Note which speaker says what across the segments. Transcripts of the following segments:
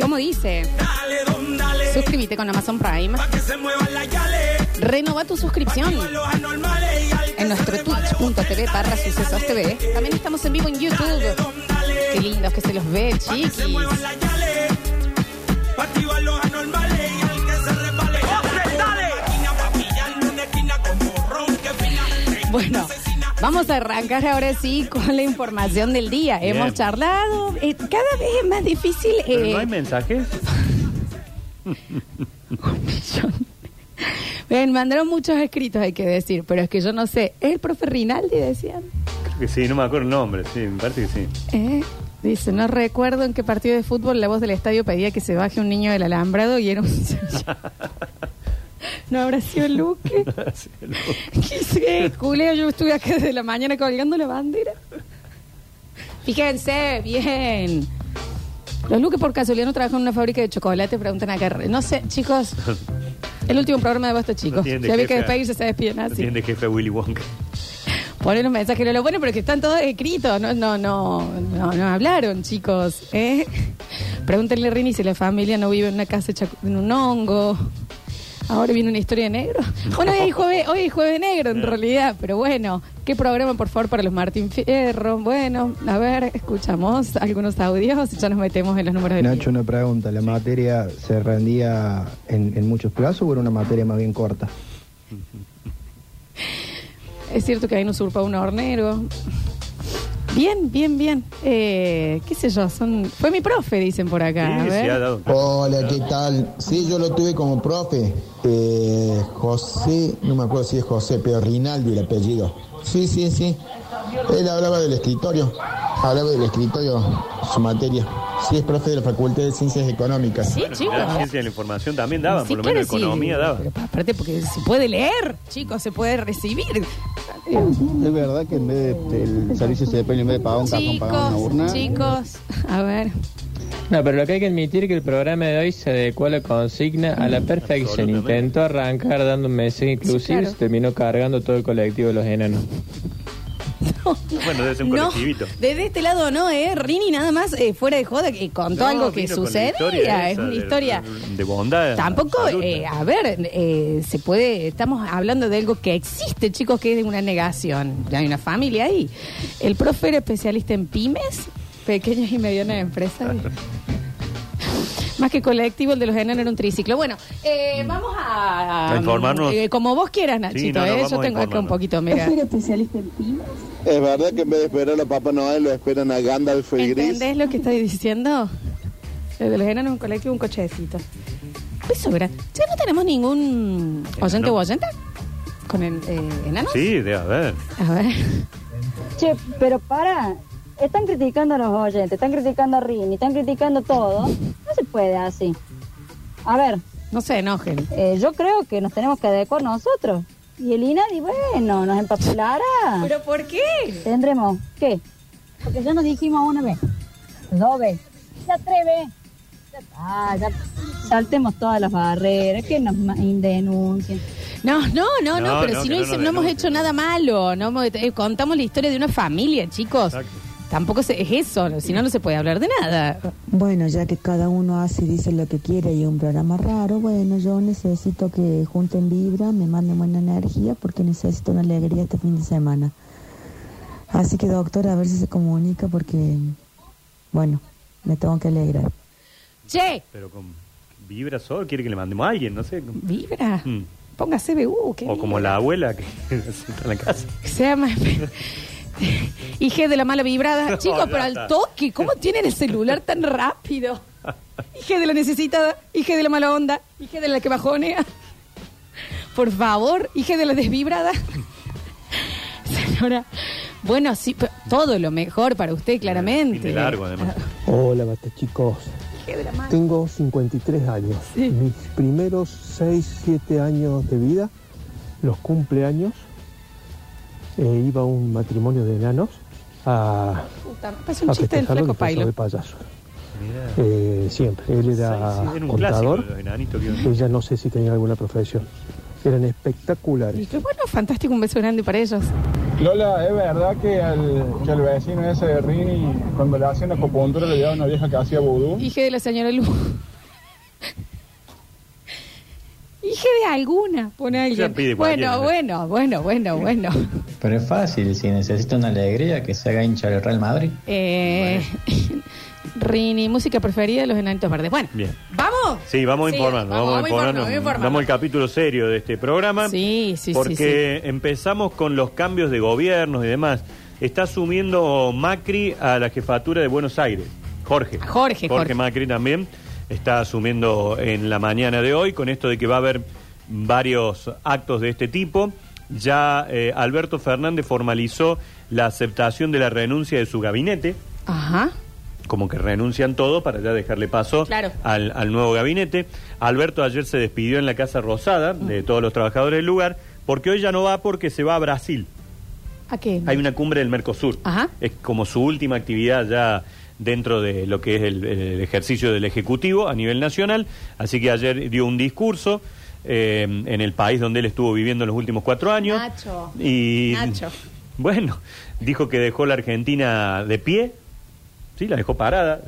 Speaker 1: ¿Cómo dice?
Speaker 2: Dale, don, dale.
Speaker 1: Suscríbete con Amazon Prime.
Speaker 2: Pa' que se muevan las yales.
Speaker 1: Renova tu suscripción
Speaker 2: Activan los anormales y al que
Speaker 1: en nuestro
Speaker 2: se resbale,
Speaker 1: twitch.tv barra
Speaker 2: dale,
Speaker 1: sucesos
Speaker 2: dale.
Speaker 1: TV. También estamos en vivo en
Speaker 2: Dale,
Speaker 1: YouTube.
Speaker 2: don, dale.
Speaker 1: Qué lindos que se los ve,
Speaker 2: Pa' que
Speaker 1: chiquis.
Speaker 2: se muevan las yales. Pa' activar los anormales y al que se resbale. Dale, dale. Máquina pa' pillarlo en esquina con borrón, que fina.
Speaker 1: Bueno, vamos a arrancar ahora sí con la información del día.
Speaker 3: Bien.
Speaker 1: Hemos charlado. eh, cada vez es más difícil.
Speaker 3: ¿Pero
Speaker 1: eh,
Speaker 3: no hay mensajes?
Speaker 1: Me mandaron muchos escritos, hay que decir, pero es que yo no sé. ¿Es el profe Rinaldi, decían?
Speaker 3: Creo que sí, no me acuerdo el nombre, sí, me parece que sí.
Speaker 1: ¿Eh? Dice, no recuerdo en qué partido de fútbol la voz del estadio pedía que se baje un niño del alambrado y era un... señor". no habrá sido Luque.
Speaker 3: Sí, el-
Speaker 1: Quise, Julio, yo estuve acá desde la mañana colgando la bandera. Fíjense, bien. Los Luque por casualidad no trabajan en una fábrica de chocolate, preguntan acá. No sé, chicos. El último programa de Basta, chicos.
Speaker 3: tienen de
Speaker 1: ya vi que
Speaker 3: jefe.
Speaker 1: despedirse se despiden
Speaker 3: Lo
Speaker 1: así.
Speaker 3: tiene de jefe Willy Wonka.
Speaker 1: Poner un mensaje, no lo bueno, pero que están todos escritos. No, no, no, no, no hablaron, chicos. ¿eh? Pregúntenle a Rini si la familia no vive en una casa hecha en un hongo. Ahora viene una historia de negro. Bueno, hoy es jueves, hoy es jueves de negro en realidad, pero bueno, ¿qué programa por favor para los Martín Fierro? Bueno, a ver, escuchamos algunos audios y ya nos metemos en los números de
Speaker 4: Nacho, una pregunta. ¿La materia se rendía en, en muchos plazos o era una materia más bien corta?
Speaker 1: Es cierto que hay un usurpado un hornero. Bien, bien, bien. Eh, qué sé yo, son... fue mi profe, dicen por acá. a
Speaker 3: Sí,
Speaker 1: ver.
Speaker 3: sí, ha dado.
Speaker 5: Hola, ¿qué tal? Sí, yo lo tuve como profe. Eh, José, no me acuerdo si es José, pero Rinaldi el apellido. Sí, sí, sí. Él hablaba del escritorio. Hablaba del escritorio, su materia. Sí, es profe de la Facultad de Ciencias Económicas.
Speaker 1: Sí,
Speaker 3: Bueno,
Speaker 1: chicos.
Speaker 3: la ciencia de la información también daban,
Speaker 1: Sí,
Speaker 3: por lo menos
Speaker 1: claro, sí.
Speaker 3: economía daba.
Speaker 1: Pero aparte, porque se puede leer, chicos, se puede recibir.
Speaker 4: Es verdad que en vez del servicio se depende, en vez de pagar
Speaker 1: chicos, chicos. A ver.
Speaker 6: No, pero lo que hay que admitir es que el programa de hoy se adecuó a la consigna a
Speaker 7: Mm,
Speaker 6: la perfección.
Speaker 3: Absolutamente.
Speaker 6: Intentó arrancar dando un mensaje inclusivo
Speaker 1: claro.
Speaker 6: y se terminó cargando todo el colectivo de los enanos.
Speaker 3: Bueno, debe ser un
Speaker 1: No,
Speaker 3: colectivito.
Speaker 1: desde este lado no, ¿eh? Rini nada más eh, fuera de joda que contó
Speaker 3: No,
Speaker 1: algo que
Speaker 3: vino con la
Speaker 1: sucedía.
Speaker 3: historia
Speaker 1: es
Speaker 3: esa
Speaker 1: una
Speaker 3: de-
Speaker 1: historia.
Speaker 3: De bondad.
Speaker 1: Tampoco,
Speaker 3: absoluta.
Speaker 1: eh, a ver, eh, se puede, estamos hablando de algo que existe, chicos, que es una negación. Ya Hay una familia ahí. El profe era especialista en pymes, pequeñas y medianas empresas. Más que colectivo, el de los enanos era un triciclo. Bueno, eh, vamos a...
Speaker 3: Mm. A informarnos.
Speaker 1: eh, como vos quieras, Nachito,
Speaker 3: no, no,
Speaker 1: eh,
Speaker 3: vamos
Speaker 1: yo
Speaker 3: a
Speaker 1: tengo acá un
Speaker 3: informarnos.
Speaker 1: poquito, mira.
Speaker 8: Es verdad que en vez de esperar a Papá Noel lo esperan a Gandalf el Gris.
Speaker 1: ¿Entendés lo que estoy diciendo? El de los enanos es un colectivo, un cochecito. Pues sobra. Ya no tenemos ningún oyente
Speaker 3: Enano.
Speaker 1: o oyenta con el, eh, enanos.
Speaker 3: Sí, debe haber.
Speaker 1: A ver.
Speaker 9: Che, pero para, están criticando a los oyentes, están criticando a Rini, están criticando todo. No se puede así. A ver,
Speaker 1: No se enojen.
Speaker 9: eh, yo creo que nos tenemos que adecuar nosotros. Y el INADI, bueno, nos empapelará.
Speaker 1: ¿Pero por qué?
Speaker 9: Tendremos, ¿qué? Porque ya nos dijimos una vez, dos veces, ya tres veces. Ya está, ya- Saltemos todas las barreras, que nos ma- indenuncien.
Speaker 1: No, no, no, no,
Speaker 3: No,
Speaker 1: pero
Speaker 3: no,
Speaker 1: si
Speaker 3: que
Speaker 1: no,
Speaker 3: no
Speaker 1: hice-
Speaker 3: nos
Speaker 1: no hemos
Speaker 3: denuncien.
Speaker 1: hecho nada malo. No hemos- eh, contamos la historia de una familia, chicos.
Speaker 3: Exacto.
Speaker 1: Tampoco se- es eso, no, si no, no se puede hablar de nada.
Speaker 10: Bueno, ya que cada uno hace y dice lo que quiere y es un programa raro, bueno, yo necesito que junten vibra, me manden buena energía porque necesito una alegría este fin de semana. Así que doctor, a ver si se comunica porque, bueno, me tengo que alegrar.
Speaker 1: Che,
Speaker 3: Pero con vibra sol, quiere que le mandemos a alguien, no sé.
Speaker 1: vibra.
Speaker 3: Mm.
Speaker 1: Ponga CBU. qué
Speaker 3: O como
Speaker 1: vibra.
Speaker 3: la abuela que está en la casa.
Speaker 1: Que sea más. Hije de la mala vibrada. Chicos,
Speaker 3: No, ya
Speaker 1: pero al
Speaker 3: está.
Speaker 1: toque, ¿cómo tienen el celular tan rápido? Hije de la necesitada, hije de la mala onda, hije de la que bajonea. Por favor, hije de la desvibrada. Señora, bueno, sí, pero todo lo mejor para usted, claramente.
Speaker 3: Fin de largo, además.
Speaker 11: Hola, basta chicos. Tengo 53 años.
Speaker 1: Sí.
Speaker 11: Mis primeros 6, 7 años de vida, los cumpleaños, eh, iba a un matrimonio de enanos a,
Speaker 1: Puta, Parece un
Speaker 11: a
Speaker 1: chiste del
Speaker 11: festejarlo
Speaker 1: flaco
Speaker 11: Ah, disfrazado
Speaker 1: Pailo.
Speaker 11: de payaso.
Speaker 3: Mirá.
Speaker 11: Eh, siempre. Él
Speaker 3: Sí,
Speaker 11: era
Speaker 3: sí, un clásico
Speaker 11: contador.
Speaker 3: de los enanitos que
Speaker 11: Ella no sé si tenía alguna profesión. Eran espectaculares.
Speaker 1: Y que bueno, fantástico, un beso grande para ellos.
Speaker 12: Lola, ¿es verdad que al, que al vecino ese de Rini, cuando le hacían acupuntura, le llevaban una vieja que hacía vudú?
Speaker 1: Hija de la señora Lu. Hija de alguna, pone alguien.
Speaker 13: pide
Speaker 1: Bueno,
Speaker 13: cualquiera,
Speaker 1: bueno, bueno, bueno, bueno.
Speaker 13: Pero es fácil, si necesita una alegría, que se haga hincha del Real Madrid.
Speaker 1: Eh, Rini, música preferida de los enanitos verdes. Bueno,
Speaker 3: Bien.
Speaker 1: ¿vamos?
Speaker 3: Sí, vamos
Speaker 1: Sí,
Speaker 3: informando, vamos,
Speaker 1: vamos
Speaker 3: informando.
Speaker 1: informando, informando.
Speaker 3: Damos el capítulo serio de este programa.
Speaker 1: Sí, sí, sí,
Speaker 3: Porque empezamos con los cambios de gobiernos y demás. Está asumiendo Macri a la jefatura de Buenos Aires. Jorge.
Speaker 1: Jorge, Jorge.
Speaker 3: Macri también está asumiendo en la mañana de hoy con esto de que va a haber varios actos de este tipo. Ya eh, Alberto Fernández formalizó la aceptación de la renuncia de su gabinete
Speaker 1: Ajá.
Speaker 3: como que renuncian todo para ya dejarle paso
Speaker 1: Claro.
Speaker 3: al, al nuevo gabinete. Alberto ayer se despidió en la Casa Rosada de todos los trabajadores del lugar, porque hoy ya no va porque se va a Brasil.
Speaker 1: ¿A qué?
Speaker 3: Hay una cumbre del Mercosur.
Speaker 1: Ajá.
Speaker 3: Es como su última actividad ya dentro de lo que es el, el ejercicio del Ejecutivo a nivel nacional. Así que ayer dio un discurso eh, en el país donde él estuvo viviendo los últimos cuatro años.
Speaker 1: Nacho.
Speaker 3: Y
Speaker 1: Nacho.
Speaker 3: bueno, dijo que dejó la Argentina de pie. Sí, la dejó parada.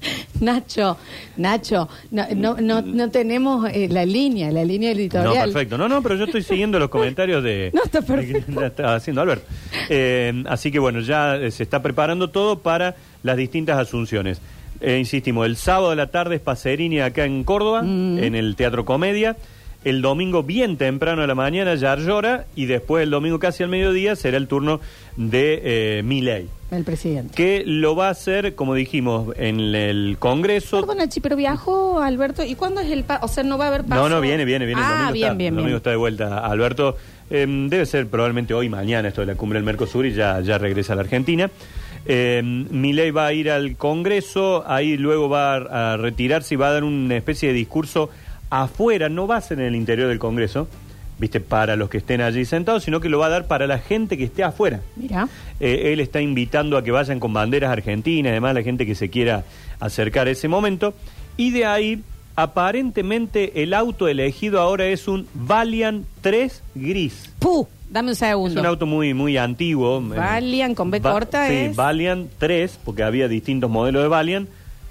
Speaker 1: Nacho, Nacho, no, no, no, no tenemos eh, la línea, la línea editorial.
Speaker 3: No, perfecto. No, no, pero yo estoy siguiendo los comentarios de.
Speaker 1: No, está
Speaker 3: de que está haciendo Alberto. Eh, así que bueno, ya eh, se está preparando todo para las distintas asunciones. Eh, insistimos, el sábado de la tarde es Pacerini acá en Córdoba,
Speaker 1: Mm.
Speaker 3: en el Teatro Comedia. El domingo bien temprano de la mañana, ya llora. Y después el domingo casi al mediodía será el turno de eh, Miley.
Speaker 1: El presidente.
Speaker 3: Que lo va a hacer, como dijimos, en el Congreso.
Speaker 1: Perdón, Nachi, pero viajó Alberto. ¿Y cuándo es el paso? O sea, no va a haber paso.
Speaker 3: No, no, viene, viene, viene. el
Speaker 1: Ah,
Speaker 3: domingo
Speaker 1: bien,
Speaker 3: está,
Speaker 1: bien,
Speaker 3: el domingo
Speaker 1: bien.
Speaker 3: está de vuelta Alberto. Eh, debe ser probablemente hoy, mañana, esto de la cumbre del Mercosur y ya, ya regresa a la Argentina. Eh, Milei va a ir al Congreso, ahí luego va a, a retirarse y va a dar una especie de discurso afuera, no va a ser en el interior del Congreso, viste, para los que estén allí sentados, sino que lo va a dar para la gente que esté afuera.
Speaker 1: Mira.
Speaker 3: Eh, él está invitando a que vayan con banderas argentinas, además la gente que se quiera acercar a ese momento. Y de ahí, aparentemente, el auto elegido ahora es un Valiant 3 gris.
Speaker 1: ¡Puh! Dame un
Speaker 3: Es un
Speaker 1: segundo.
Speaker 3: auto muy, muy antiguo. eh,
Speaker 1: Valiant con B
Speaker 3: Va-
Speaker 1: corta
Speaker 3: sí,
Speaker 1: es.
Speaker 3: Valiant 3, porque había distintos modelos de Valiant,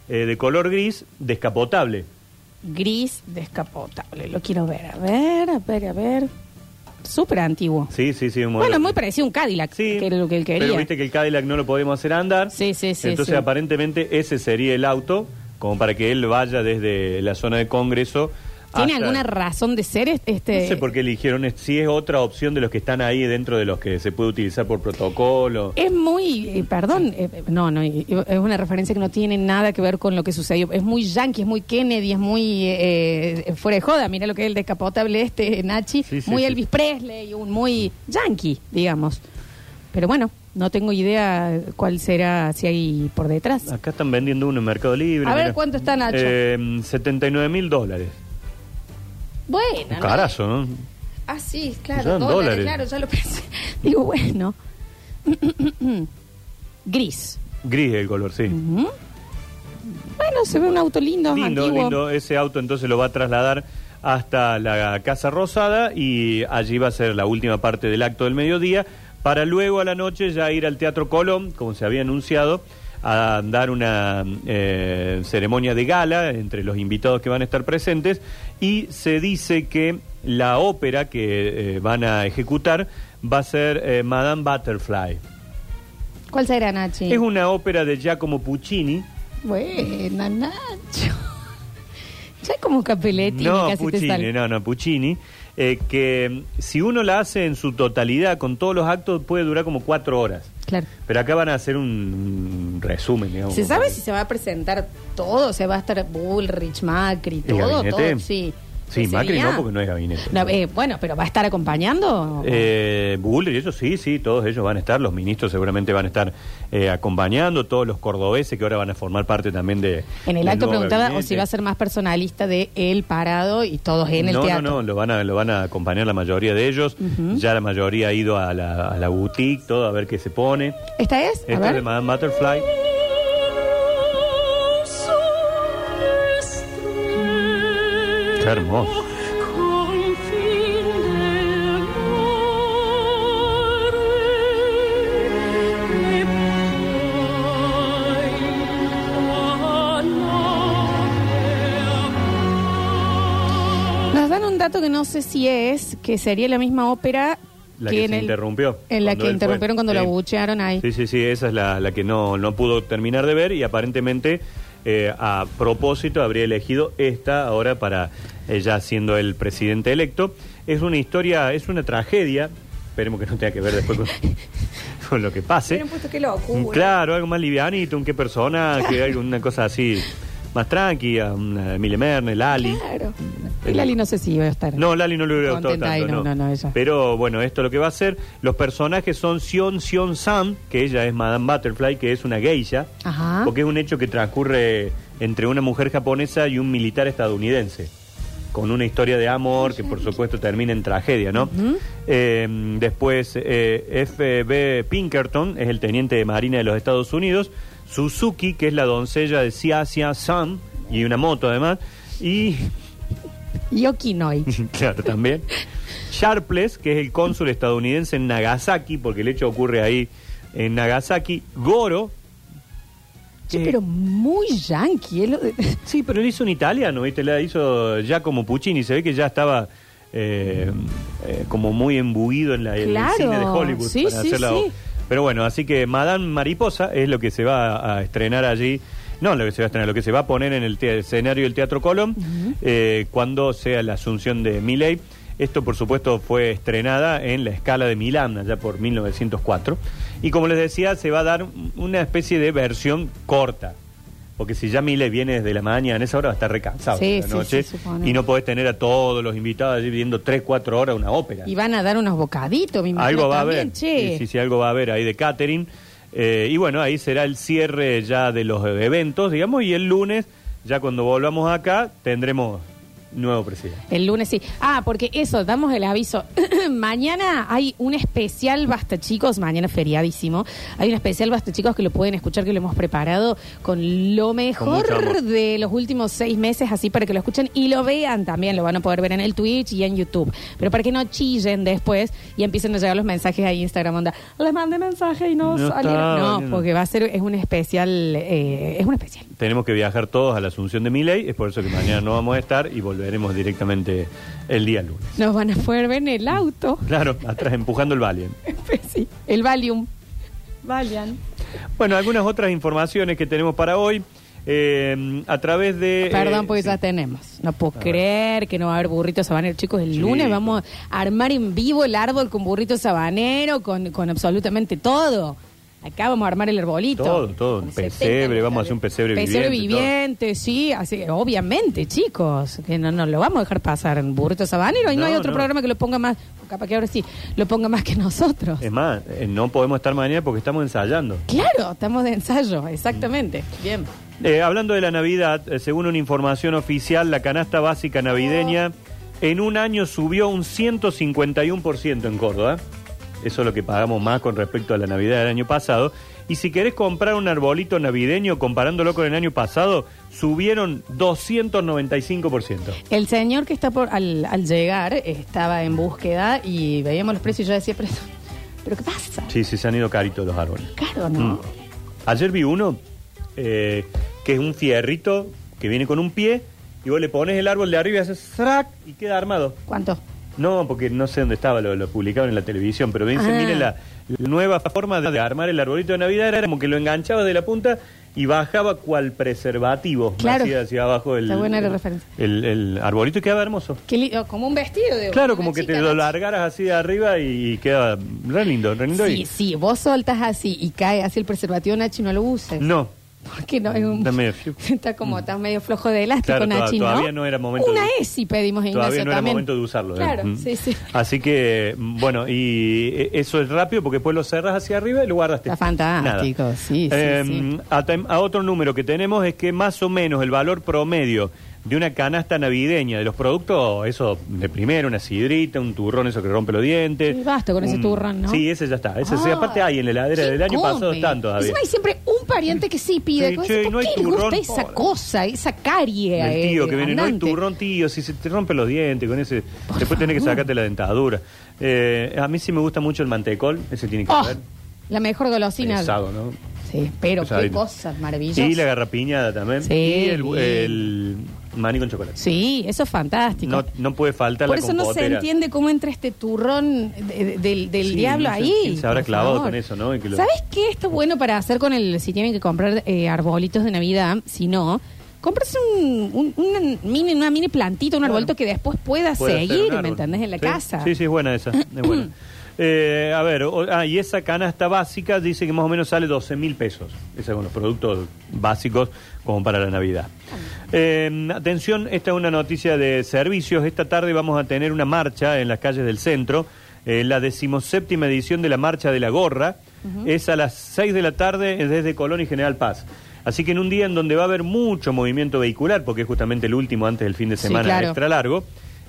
Speaker 3: eh, de color gris, descapotable.
Speaker 1: Gris descapotable. Lo quiero ver. A ver, a ver, a ver. Súper antiguo.
Speaker 3: Sí, sí, sí, un modelo.
Speaker 1: Bueno, muy parecido a un Cadillac, que era lo que él quería.
Speaker 3: Pero viste que el Cadillac no lo podemos hacer andar.
Speaker 1: Sí, sí, sí,
Speaker 3: Entonces,
Speaker 1: sí.
Speaker 3: aparentemente, ese sería el auto, como para que él vaya desde la zona de Congreso.
Speaker 1: ¿Tiene
Speaker 3: hasta-
Speaker 1: alguna razón de ser este? este-
Speaker 3: No sé por qué eligieron, es- si es otra opción de los que están ahí dentro de los que se puede utilizar por protocolo.
Speaker 1: Es muy, eh, perdón, eh, eh, no, no, y- y es una referencia que no tiene nada que ver con lo que sucedió. Es muy yankee, es muy Kennedy, es muy eh, eh, fuera de joda. Mira lo que es el descapotable este, eh, Nachi.
Speaker 7: sí,
Speaker 1: muy
Speaker 7: sí.
Speaker 1: Elvis Presley, un muy yankee, digamos. Pero bueno, no tengo idea cuál será, si hay por detrás.
Speaker 3: Acá están vendiendo uno en Mercado Libre.
Speaker 1: A ver,
Speaker 3: mirá.
Speaker 1: ¿cuánto está, Nacho?
Speaker 3: Eh, 79 mil dólares.
Speaker 1: Bueno.
Speaker 3: Un
Speaker 1: ¿no?
Speaker 3: carazo, ¿no?
Speaker 1: Ah, sí, claro,
Speaker 3: Son
Speaker 1: dólares,
Speaker 3: dólares.
Speaker 1: claro, ya lo pensé. Digo, bueno. Gris.
Speaker 3: Gris el color, sí.
Speaker 1: Ujú. Bueno, se ve un auto lindo,
Speaker 3: Lindo,
Speaker 1: antiguo.
Speaker 3: lindo. Ese auto entonces lo va a trasladar hasta la Casa Rosada y allí va a ser la última parte del acto del mediodía para luego a la noche ya ir al Teatro Colón, como se había anunciado, a dar una eh, ceremonia de gala entre los invitados que van a estar presentes y se dice que la ópera que eh, van a ejecutar va a ser eh, Madame Butterfly.
Speaker 1: ¿Cuál será, Nachi?
Speaker 3: Es una ópera de Giacomo Puccini.
Speaker 1: Buena, Nacho. ya es como Capelletti,
Speaker 3: No,
Speaker 1: casi te
Speaker 3: Puccini,
Speaker 1: sale.
Speaker 3: no, no, Puccini. eh, que mm, si uno la hace en su totalidad, con todos los actos, puede durar como cuatro horas.
Speaker 1: Claro.
Speaker 3: Pero acá van a hacer un, un resumen, digamos.
Speaker 1: ¿Se sabe si se va a presentar todo? ¿Se va a estar Bullrich, Macri,
Speaker 3: ¿El
Speaker 1: todo?
Speaker 3: gabinete?
Speaker 1: todo sí.
Speaker 3: Sí,
Speaker 1: ¿Ese
Speaker 3: Macri
Speaker 1: día?
Speaker 3: no, porque no es gabinete.
Speaker 1: No, eh, bueno, pero ¿va a estar acompañando?
Speaker 3: Eh, Bullrich, ellos sí, sí, todos ellos van a estar, los ministros seguramente van a estar eh, acompañando, todos los cordobeses que ahora van a formar parte también de...
Speaker 1: en el
Speaker 3: del
Speaker 1: acto
Speaker 3: nuevo
Speaker 1: preguntaba o
Speaker 3: gabinete.
Speaker 1: si va a ser más personalista de él parado y todos en el
Speaker 3: no,
Speaker 1: teatro.
Speaker 3: No, no, lo van a, lo van a acompañar la mayoría de ellos.
Speaker 1: Ujú.
Speaker 3: Ya la mayoría ha ido a la, a la boutique, todo, a ver qué se pone.
Speaker 1: ¿Esta es? A
Speaker 3: Esta es
Speaker 1: ver.
Speaker 3: de Madame Butterfly. Qué hermoso.
Speaker 2: Con fin de amor.
Speaker 1: dato que no sé si es, que sería la misma ópera
Speaker 3: La que,
Speaker 1: en
Speaker 3: se
Speaker 1: el-
Speaker 3: interrumpió.
Speaker 1: En la que
Speaker 3: cuando él fue.
Speaker 1: interrumpieron cuando lo
Speaker 3: Sí.
Speaker 1: abuchearon ahí.
Speaker 3: Sí, sí, sí, esa es la, la que no, no pudo terminar de ver y aparentemente eh, a propósito habría elegido esta ahora para eh, ya siendo el presidente electo. Es una historia, es una tragedia, esperemos que no tenga que ver después con, con lo que pase.
Speaker 1: Hubieran puesto qué locura.
Speaker 3: Un- Claro, algo más livianito, un qué persona, que alguna cosa así más tranquila, una Emilia Merne, Lali.
Speaker 1: Claro. Y Lali no sé si iba a estar.
Speaker 3: No, Lali no lo hubiera gustado
Speaker 1: Contenta ahí,
Speaker 3: tanto.
Speaker 1: no, no, no, ella.
Speaker 3: Pero bueno, esto lo que va a hacer. Los personajes son Sion Sion Sam, que ella es Madame Butterfly, que es una geisha,
Speaker 1: Ajá.
Speaker 3: porque es un hecho que transcurre entre una mujer japonesa y un militar estadounidense, con una historia de amor que por supuesto termina en tragedia, ¿no? Eh, después, eh, F.B. Pinkerton es el teniente de Marina de los Estados Unidos. Suzuki, que es la doncella de Sia Sia Sam, y una moto además. Y
Speaker 1: Y Okinoi.
Speaker 3: claro, también. Sharpless, que es el cónsul estadounidense en Nagasaki, porque el hecho ocurre ahí en Nagasaki. Goro.
Speaker 1: Che, pero muy yankee. ¿eh? Lo de-
Speaker 3: Sí, pero lo hizo un italiano, ¿viste? La hizo Giacomo Puccini. Se ve que ya estaba eh, eh, como muy embuido en, la, en
Speaker 1: Claro,
Speaker 3: el cine de Hollywood
Speaker 1: sí,
Speaker 3: para
Speaker 1: sí,
Speaker 3: hacer la
Speaker 1: sí.
Speaker 3: obra. Pero bueno, así que Madame Mariposa es lo que se va a estrenar allí. No, lo que se va a estrenar, lo que se va a poner en el te- escenario del Teatro Colón eh, cuando sea la asunción de Miley. Esto, por supuesto, fue estrenada en la escala de Milán, allá por 1904. Y como les decía, se va a dar una especie de versión corta. Porque si ya Miley viene desde la mañana, en esa hora va a estar recansado
Speaker 1: Sí,
Speaker 3: de la
Speaker 1: sí,
Speaker 3: noche.
Speaker 1: sí, supone.
Speaker 3: y no podés tener a todos los invitados allí viendo 3, 4 horas una ópera.
Speaker 1: Y van a dar unos bocaditos, me imagino.
Speaker 3: Algo va a
Speaker 1: también,
Speaker 3: haber.
Speaker 1: Che.
Speaker 3: Sí, sí, sí, algo va a haber ahí de catering. Eh, y bueno, ahí será el cierre ya de los eh, eventos, digamos, y el lunes, ya cuando volvamos acá, tendremos nuevo presidente.
Speaker 1: El lunes sí. Ah, porque eso, damos el aviso. mañana hay un especial Basta Chicos, mañana feriadísimo. Hay un especial Basta Chicos que lo pueden escuchar, que lo hemos preparado con lo mejor
Speaker 3: mucho amor.
Speaker 1: de los últimos seis meses, así para que lo escuchen y lo vean también. Lo van a poder ver en el Twitch y en YouTube. Pero para que no chillen después y empiecen a llegar los mensajes ahí en Instagram, onda. Les mandé mensaje y no,
Speaker 3: No
Speaker 1: salieron.
Speaker 3: estaba,
Speaker 1: No,
Speaker 3: no.
Speaker 1: porque va a ser, es un especial, eh, es un especial.
Speaker 3: Tenemos que viajar todos a la Asunción de Miley, es por eso que mañana no vamos a estar y volveremos directamente el día lunes.
Speaker 1: Nos van a poder ver en el auto,
Speaker 3: Claro, atrás empujando el Valiant.
Speaker 1: Pues el Valium. Valian.
Speaker 3: Bueno, algunas otras informaciones que tenemos para hoy. eh, a través de. eh,
Speaker 1: Perdón, porque ya tenemos. No puedo creer que no va a haber burrito sabanero. Chicos, el
Speaker 3: Sí.
Speaker 1: lunes vamos a armar en vivo el árbol con burrito sabanero, con, con absolutamente todo. Acá vamos a armar el arbolito.
Speaker 3: Todo, todo. Un pesebre, vamos a hacer un pesebre,
Speaker 1: Pesebre
Speaker 3: viviente, todo.
Speaker 1: viviente, sí, así, obviamente, chicos, que no nos lo vamos a dejar pasar en burrito sabanero y no,
Speaker 3: No,
Speaker 1: hay otro
Speaker 3: no.
Speaker 1: programa que lo ponga más, capaz que ahora sí, lo ponga más que nosotros.
Speaker 3: Es más, eh, no podemos estar mañana porque estamos ensayando.
Speaker 1: Claro, estamos de ensayo, exactamente. Bien.
Speaker 3: Eh, hablando de la Navidad, eh, según una información oficial, la canasta básica navideña en un año subió un 151% en Córdoba. Eso es lo que pagamos más con respecto a la Navidad del año pasado. Y si querés comprar un arbolito navideño comparándolo con el año pasado, subieron 295%.
Speaker 1: El señor que está por al, al llegar estaba en búsqueda y veíamos los precios y yo decía, pero, pero ¿qué pasa?
Speaker 3: Sí, sí, se han ido caritos los árboles.
Speaker 1: Caro, ¿no?
Speaker 3: Mm. Ayer vi uno eh, que es un fierrito que viene con un pie y vos le pones el árbol de arriba y haces ¡zrac! y queda armado.
Speaker 1: ¿Cuánto?
Speaker 3: No, porque no sé dónde estaba, lo, lo publicaron en la televisión, pero me dicen,
Speaker 1: Ah.
Speaker 3: miren, la, la nueva forma de armar el arbolito de Navidad era como que lo enganchabas de la punta y bajaba cual preservativo
Speaker 1: Claro.
Speaker 3: hacia, hacia abajo el,
Speaker 1: Está buena la
Speaker 3: el-
Speaker 1: referencia.
Speaker 3: el- el arbolito y quedaba hermoso.
Speaker 1: Qué lindo, como un vestido de
Speaker 3: Claro,
Speaker 1: una
Speaker 3: como que te
Speaker 1: chica,
Speaker 3: lo
Speaker 1: ¿no?
Speaker 3: largaras así de arriba y quedaba re lindo, re lindo.
Speaker 1: Sí,
Speaker 3: y-
Speaker 1: sí, vos soltas así y cae así el preservativo, Nachi, no lo uses.
Speaker 3: No,
Speaker 1: Porque no es un-
Speaker 3: está medio- Mm.
Speaker 1: Está como, estás medio flojo de elástico,
Speaker 3: Claro, toda-
Speaker 1: Nachi,
Speaker 3: todavía
Speaker 1: ¿no?
Speaker 3: no era momento
Speaker 1: Una
Speaker 3: de-
Speaker 1: ESI pedimos, Ignacio,
Speaker 3: Todavía no era
Speaker 1: también.
Speaker 3: momento de usarlo. ¿eh?
Speaker 1: Claro,
Speaker 3: Mm.
Speaker 1: sí, sí.
Speaker 3: Así que, mm, bueno, y eh, eso es rápido porque después lo cerras hacia arriba y lo guardaste. Em,
Speaker 1: Está fantástico, sí, sí, sí.
Speaker 3: A, tem- a otro número que tenemos es que más o menos el valor promedio de una canasta navideña, de los productos, eso de primero, una sidrita, un turrón, eso que rompe los dientes.
Speaker 1: Y basta con ese
Speaker 3: un-
Speaker 1: turrón, ¿no?
Speaker 3: Sí, ese ya está. Ese, sí,
Speaker 1: Ah.
Speaker 3: aparte hay en la heladera del año pasado están todavía.
Speaker 1: Encima hay siempre un pariente que sí pide.
Speaker 3: Sí,
Speaker 1: cosas.
Speaker 3: che,
Speaker 1: ¿Por
Speaker 3: no hay
Speaker 1: qué le gusta
Speaker 3: turrón?
Speaker 1: esa cosa, esa carie?
Speaker 3: El tío
Speaker 1: eh,
Speaker 3: que viene, no hay
Speaker 1: andante?
Speaker 3: turrón, tío, si se te rompen los dientes con ese. después tenés que sacarte la dentadura. Eh, a mí sí me gusta mucho el mantecol, ese tiene que
Speaker 1: Oh,
Speaker 3: haber.
Speaker 1: la mejor golosina.
Speaker 3: Pesado, ¿no?
Speaker 1: Sí, pero qué
Speaker 3: Pesadito.
Speaker 1: cosas maravillosas.
Speaker 3: Y la garrapiñada también.
Speaker 1: Sí,
Speaker 3: y el,
Speaker 1: bien.
Speaker 3: el Maní con chocolate.
Speaker 1: Sí, eso es fantástico.
Speaker 3: No, no puede faltar
Speaker 1: Por
Speaker 3: la
Speaker 1: eso no se
Speaker 3: compotera.
Speaker 1: entiende cómo entra este turrón de- de- del, del
Speaker 3: Sí,
Speaker 1: diablo
Speaker 3: no sé
Speaker 1: ahí.
Speaker 3: quién se habrá
Speaker 1: por
Speaker 3: clavado
Speaker 1: favor.
Speaker 3: con eso, ¿no? Y que lo-
Speaker 1: ¿Sabes qué está bueno para hacer con el, si tienen que comprar eh, arbolitos de Navidad, si no, comprarse un, un- una, mini, una mini plantita, un arbolito que después pueda
Speaker 3: Puede hacer un
Speaker 1: seguir,
Speaker 3: árbol.
Speaker 1: ¿me entendés? En la
Speaker 3: Sí,
Speaker 1: casa.
Speaker 3: Sí, sí, es buena esa. es buena. Eh, a ver, o- ah, y esa canasta básica dice que más o menos sale 12 mil pesos. Esa con los productos básicos como para la Navidad. Eh, atención, esta es una noticia de servicios. Esta tarde vamos a tener una marcha en las calles del centro. Eh, la decimoséptima edición de la Marcha de la Gorra es a las 6 de la tarde eh, desde Colón y General Paz. Así que en un día en donde va a haber mucho movimiento vehicular, porque es justamente el último antes del fin de
Speaker 1: Sí,
Speaker 3: semana
Speaker 1: claro.
Speaker 3: extra largo.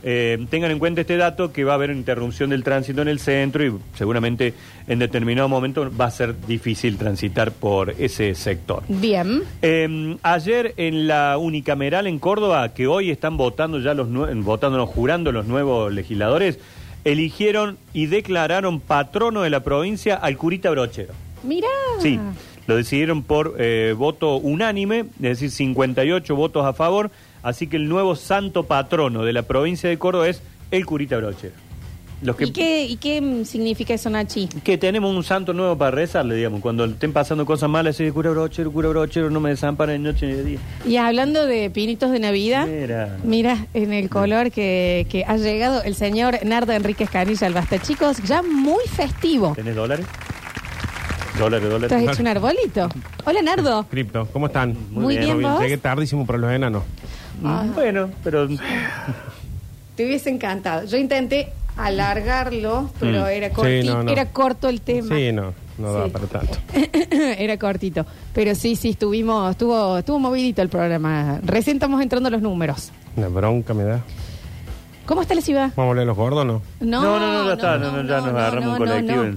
Speaker 3: Eh, tengan en cuenta este dato que va a haber una interrupción del tránsito en el centro y seguramente en determinado momento va a ser difícil transitar por ese sector.
Speaker 1: Bien.
Speaker 3: Eh, ayer en la unicameral en Córdoba, que hoy están votando ya los nue- votando, no, jurando los nuevos legisladores, eligieron y declararon patrono de la provincia al curita brochero.
Speaker 1: Mirá.
Speaker 3: Sí, lo decidieron por eh, voto unánime, es decir, 58 votos a favor. Así que el nuevo santo patrono de la provincia de Córdoba es el curita brochero. Los que,
Speaker 1: ¿Y qué, ¿Y qué mm, significa eso, Nachi?
Speaker 3: que tenemos un santo nuevo para rezarle, digamos. Cuando estén pasando cosas malas, decir, cura brochero, cura brochero, no me desamparen noche ni de día.
Speaker 1: Y hablando de pinitos de Navidad,
Speaker 3: Mira.
Speaker 1: mira en el color que, que ha llegado el señor Nardo Enríquez Canilla al Basta, chicos, ya muy festivo.
Speaker 3: ¿Tenés dólares? Dólares,
Speaker 1: ¿Te has
Speaker 7: dólares.
Speaker 1: hecho un arbolito? Hola, Nardo.
Speaker 7: Cripto, ¿cómo están?
Speaker 1: Muy Muy bien, bien, ¿vos?
Speaker 7: Llegué tardísimo para los enanos.
Speaker 1: Ah.
Speaker 3: Mm, Bueno, pero...
Speaker 1: Te hubiese encantado. Yo intenté alargarlo, pero
Speaker 7: Mm.
Speaker 1: era,
Speaker 7: Sí,
Speaker 1: corti-
Speaker 7: no, no.
Speaker 1: era corto el tema.
Speaker 7: Sí, no, no daba
Speaker 1: Sí.
Speaker 7: para tanto.
Speaker 1: era cortito. Pero sí, sí, estuvimos, estuvo, estuvo movidito el programa. Recién estamos entrando los números.
Speaker 7: Una bronca me da.
Speaker 1: ¿Cómo está la ciudad?
Speaker 7: ¿Vamos a hablar de los gordos, no?
Speaker 1: No,
Speaker 3: no, no, no, ya está,
Speaker 1: no,
Speaker 3: no, no, ya
Speaker 1: no,
Speaker 3: nos
Speaker 1: no,
Speaker 3: agarramos
Speaker 1: no,
Speaker 3: un
Speaker 1: no,
Speaker 3: colectivo.
Speaker 1: no.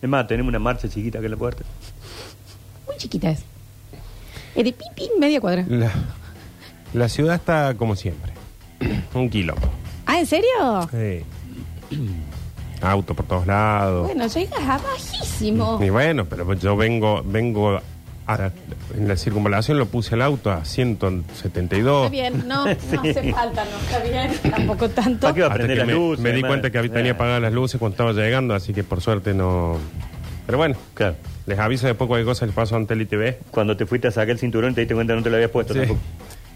Speaker 3: Es más, tenemos una marcha chiquita acá en la puerta.
Speaker 1: Muy chiquita es. Es de pim, pim, media cuadra.
Speaker 7: La, la ciudad está como siempre. Un kilo.
Speaker 1: Ah, ¿en serio?
Speaker 7: Sí. Auto por todos lados.
Speaker 1: Bueno, llegas a bajísimo.
Speaker 7: Y bueno, pero yo vengo, vengo a- en la circunvalación lo puse el auto a 172.
Speaker 1: Está bien, no, no hace falta, no está bien, tampoco tanto.
Speaker 3: ¿Para qué va a
Speaker 7: Hasta
Speaker 3: prender
Speaker 7: que
Speaker 3: las
Speaker 7: me,
Speaker 3: luces?
Speaker 7: me di
Speaker 3: además?
Speaker 7: cuenta que había- tenía apagadas las luces cuando estaba llegando, así que por suerte no. Pero bueno, les aviso después cualquier cosa les paso ante el ITV.
Speaker 3: Cuando te fuiste a sacar el cinturón te diste cuenta que no te lo habías puesto
Speaker 7: Sí.
Speaker 3: tampoco.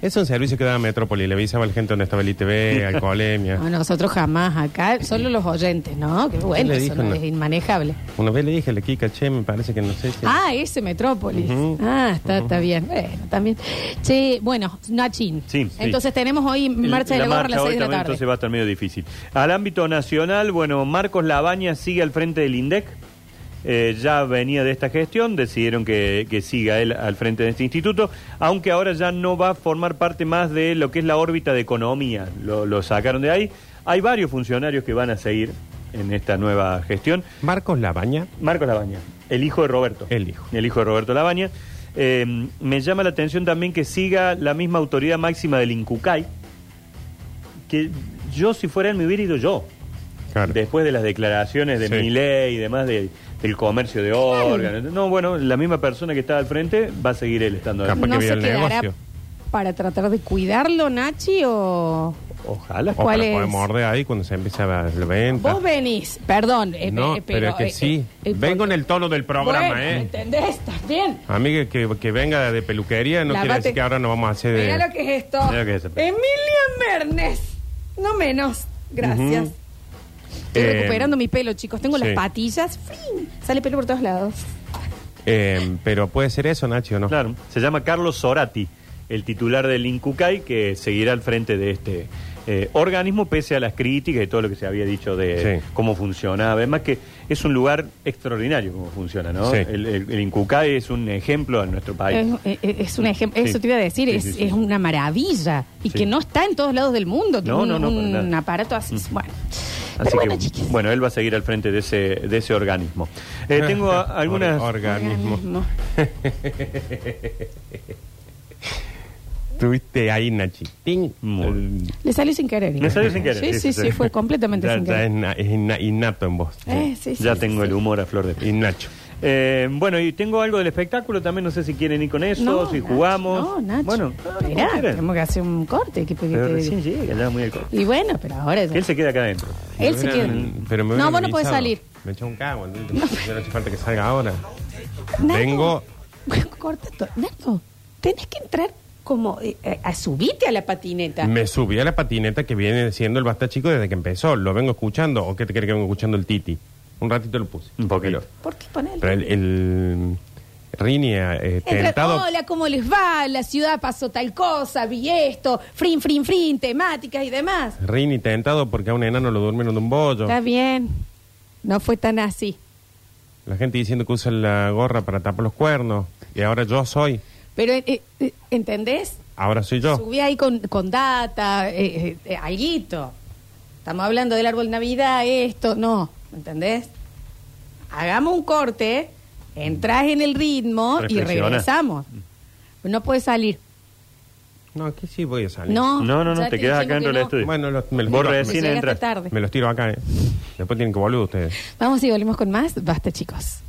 Speaker 7: Es un servicio que daba Metrópoli, le avisaba a la gente donde estaba el ITV, alcoholemia.
Speaker 1: No, nosotros jamás acá, solo los oyentes, ¿no? Que bueno,
Speaker 7: le
Speaker 1: eso
Speaker 7: dijo,
Speaker 1: no
Speaker 7: no?
Speaker 1: es inmanejable.
Speaker 7: Una vez le dije a la Kika, che, me parece que no sé si.
Speaker 1: Ah, ese Metrópolis.
Speaker 7: Ujú.
Speaker 1: Ah, está, está bien. Bueno, también. Che, bueno, Nachin.
Speaker 3: Sí, sí.
Speaker 1: Entonces tenemos hoy marcha de la, gorra a las
Speaker 3: hoy
Speaker 1: 6 de la
Speaker 3: también,
Speaker 1: tarde.
Speaker 3: Entonces va a estar medio difícil. Al ámbito nacional, bueno, Marcos Labaña sigue al frente del INDEC. Eh, ya venía de esta gestión, decidieron que, que siga él al frente de este instituto, aunque ahora ya no va a formar parte más de lo que es la órbita de economía. Lo, lo sacaron de ahí. Hay varios funcionarios que van a seguir en esta nueva gestión.
Speaker 7: Marcos Labaña.
Speaker 3: Marcos Labaña, el hijo de Roberto.
Speaker 7: El hijo.
Speaker 3: El hijo de Roberto Labaña. Eh, me llama la atención también que siga la misma autoridad máxima del INCUCAI, que yo si fuera él me hubiera ido yo. Después de las declaraciones de
Speaker 7: Sí.
Speaker 3: Milei y demás de- del comercio de órganos. No, bueno, la misma persona que estaba al frente va a seguir él estando ahí.
Speaker 1: ¿No se quedará para tratar de cuidarlo, Nachi, o...?
Speaker 3: Ojalá.
Speaker 1: ¿Cuál
Speaker 7: Ojalá
Speaker 1: es?
Speaker 7: podemos morder ahí cuando se empiece a la venta.
Speaker 1: Vos venís, perdón. eh,
Speaker 7: no,
Speaker 1: eh,
Speaker 7: pero, es que
Speaker 1: eh,
Speaker 7: sí.
Speaker 1: eh, eh,
Speaker 7: Vengo en el tono del programa,
Speaker 1: bueno, ¿me
Speaker 7: ¿eh?
Speaker 1: ¿Entendés? ¿Estás bien?
Speaker 7: A mí que, que- que venga de peluquería no quiere
Speaker 1: Lavate.
Speaker 7: decir que ahora no vamos a hacer eh, de...
Speaker 1: Mira lo que es esto.
Speaker 7: Mirá lo que es esto.
Speaker 1: Emilia Mernes. No menos. Gracias.
Speaker 7: Ujú.
Speaker 1: Estoy
Speaker 7: Eh,
Speaker 1: recuperando mi pelo, chicos. Tengo las
Speaker 7: sí.
Speaker 1: patillas. ¡Frin! Sale pelo por todos lados.
Speaker 7: eh, pero puede ser eso, Nacho, ¿no?
Speaker 3: Claro, se llama Carlos Sorati, el titular del INCUCAI, que seguirá al frente de este eh, organismo, pese a las críticas y todo lo que se había dicho de
Speaker 7: Sí.
Speaker 3: cómo funcionaba. Además que es un lugar extraordinario cómo funciona, ¿no?
Speaker 7: Sí.
Speaker 3: El, el- el INCUCAI es un ejemplo en nuestro país.
Speaker 1: Es, eh, eh, es un ejemplo.
Speaker 3: Sí.
Speaker 1: Eso te iba a decir.
Speaker 3: Sí,
Speaker 1: es,
Speaker 3: sí, sí.
Speaker 1: es una maravilla. Y
Speaker 3: Sí.
Speaker 1: que no está en todos lados del mundo. Tiene
Speaker 3: No,
Speaker 1: un,
Speaker 3: no, no, para
Speaker 1: un
Speaker 3: nada.
Speaker 1: aparato así. Bueno. Pero
Speaker 3: Así que,
Speaker 1: bueno, chiquis.
Speaker 3: bueno, él va a seguir al frente de ese, de ese organismo. Eh,
Speaker 7: Ah.
Speaker 3: tengo a- algunas...
Speaker 7: Or- organismo.
Speaker 1: Organismo.
Speaker 7: Tuviste ahí, Nachi. Ting.
Speaker 1: Le salió sin querer.
Speaker 7: Le salió sin querer,
Speaker 1: Sí, sí, sí.
Speaker 7: sí, sí, sí.
Speaker 1: fue completamente
Speaker 7: Ya-
Speaker 1: sin
Speaker 7: ya
Speaker 1: querer.
Speaker 7: es, na- es inna- innato en vos.
Speaker 1: Eh, sí, sí,
Speaker 3: ya
Speaker 1: sí,
Speaker 3: tengo
Speaker 1: sí.
Speaker 3: el humor a flor de piel.
Speaker 7: Innacho.
Speaker 3: Eh, bueno, y tengo algo del espectáculo también, no sé si quieren ir con eso,
Speaker 1: No,
Speaker 3: si
Speaker 1: Nacho,
Speaker 3: jugamos.
Speaker 1: No, Nacho.
Speaker 3: Bueno,
Speaker 1: Esperá,
Speaker 3: quieran.
Speaker 1: tenemos que hacer un corte. que- que-
Speaker 3: pero
Speaker 1: que-
Speaker 3: recién llega, ya muy al corte.
Speaker 1: Y bueno, pero ahora ya-
Speaker 3: Él se queda acá adentro.
Speaker 1: Él se queda.
Speaker 7: Pero me
Speaker 1: No,
Speaker 7: hubieran
Speaker 1: vos no podés
Speaker 7: avisado.
Speaker 1: salir.
Speaker 7: Me echó un cago, entonces, no hace falta que salga ahora.
Speaker 1: Nacho,
Speaker 7: Vengo.
Speaker 1: Corta todo. Nacho, tenés que entrar como eh, eh, a subirte a la patineta.
Speaker 7: Me subí a la patineta que viene siendo el Basta Chico desde que empezó. Lo vengo escuchando. ¿O qué te crees que vengo escuchando el Titi? Un ratito lo puse. Un poquito.
Speaker 1: ¿Por qué poner?
Speaker 7: Pero el, el Rini eh,
Speaker 1: Entra,
Speaker 7: tentado...
Speaker 1: hola, ¿cómo les va? La ciudad pasó tal cosa, vi esto, frin, frin, frin, temáticas y demás.
Speaker 7: Rini tentado porque a un enano lo durmieron de un bollo.
Speaker 1: Está bien. No fue tan así.
Speaker 7: La gente diciendo que usa la gorra para tapar los cuernos. Y ahora yo soy.
Speaker 1: Pero, eh, eh, ¿entendés?
Speaker 7: Ahora soy yo.
Speaker 1: Subí ahí con, con data, eh, eh, eh, alguito. Estamos hablando del árbol Navidad, esto, no, ¿entendés? Hagamos un corte, entrás en el ritmo y
Speaker 7: Reflexiona.
Speaker 1: regresamos. No puedes salir.
Speaker 7: No, aquí sí voy a salir.
Speaker 1: No, No, no, no, ya te te quedas acá dijimos dentro que del no. estudio.
Speaker 7: Bueno, los- me los
Speaker 3: Vos
Speaker 7: tiro-
Speaker 3: recién
Speaker 7: me-
Speaker 1: Llegaste entras. tarde.
Speaker 7: Me los tiro acá, ¿eh? Después tienen que volver ustedes.
Speaker 1: Vamos y volvemos con más. Basta, chicos.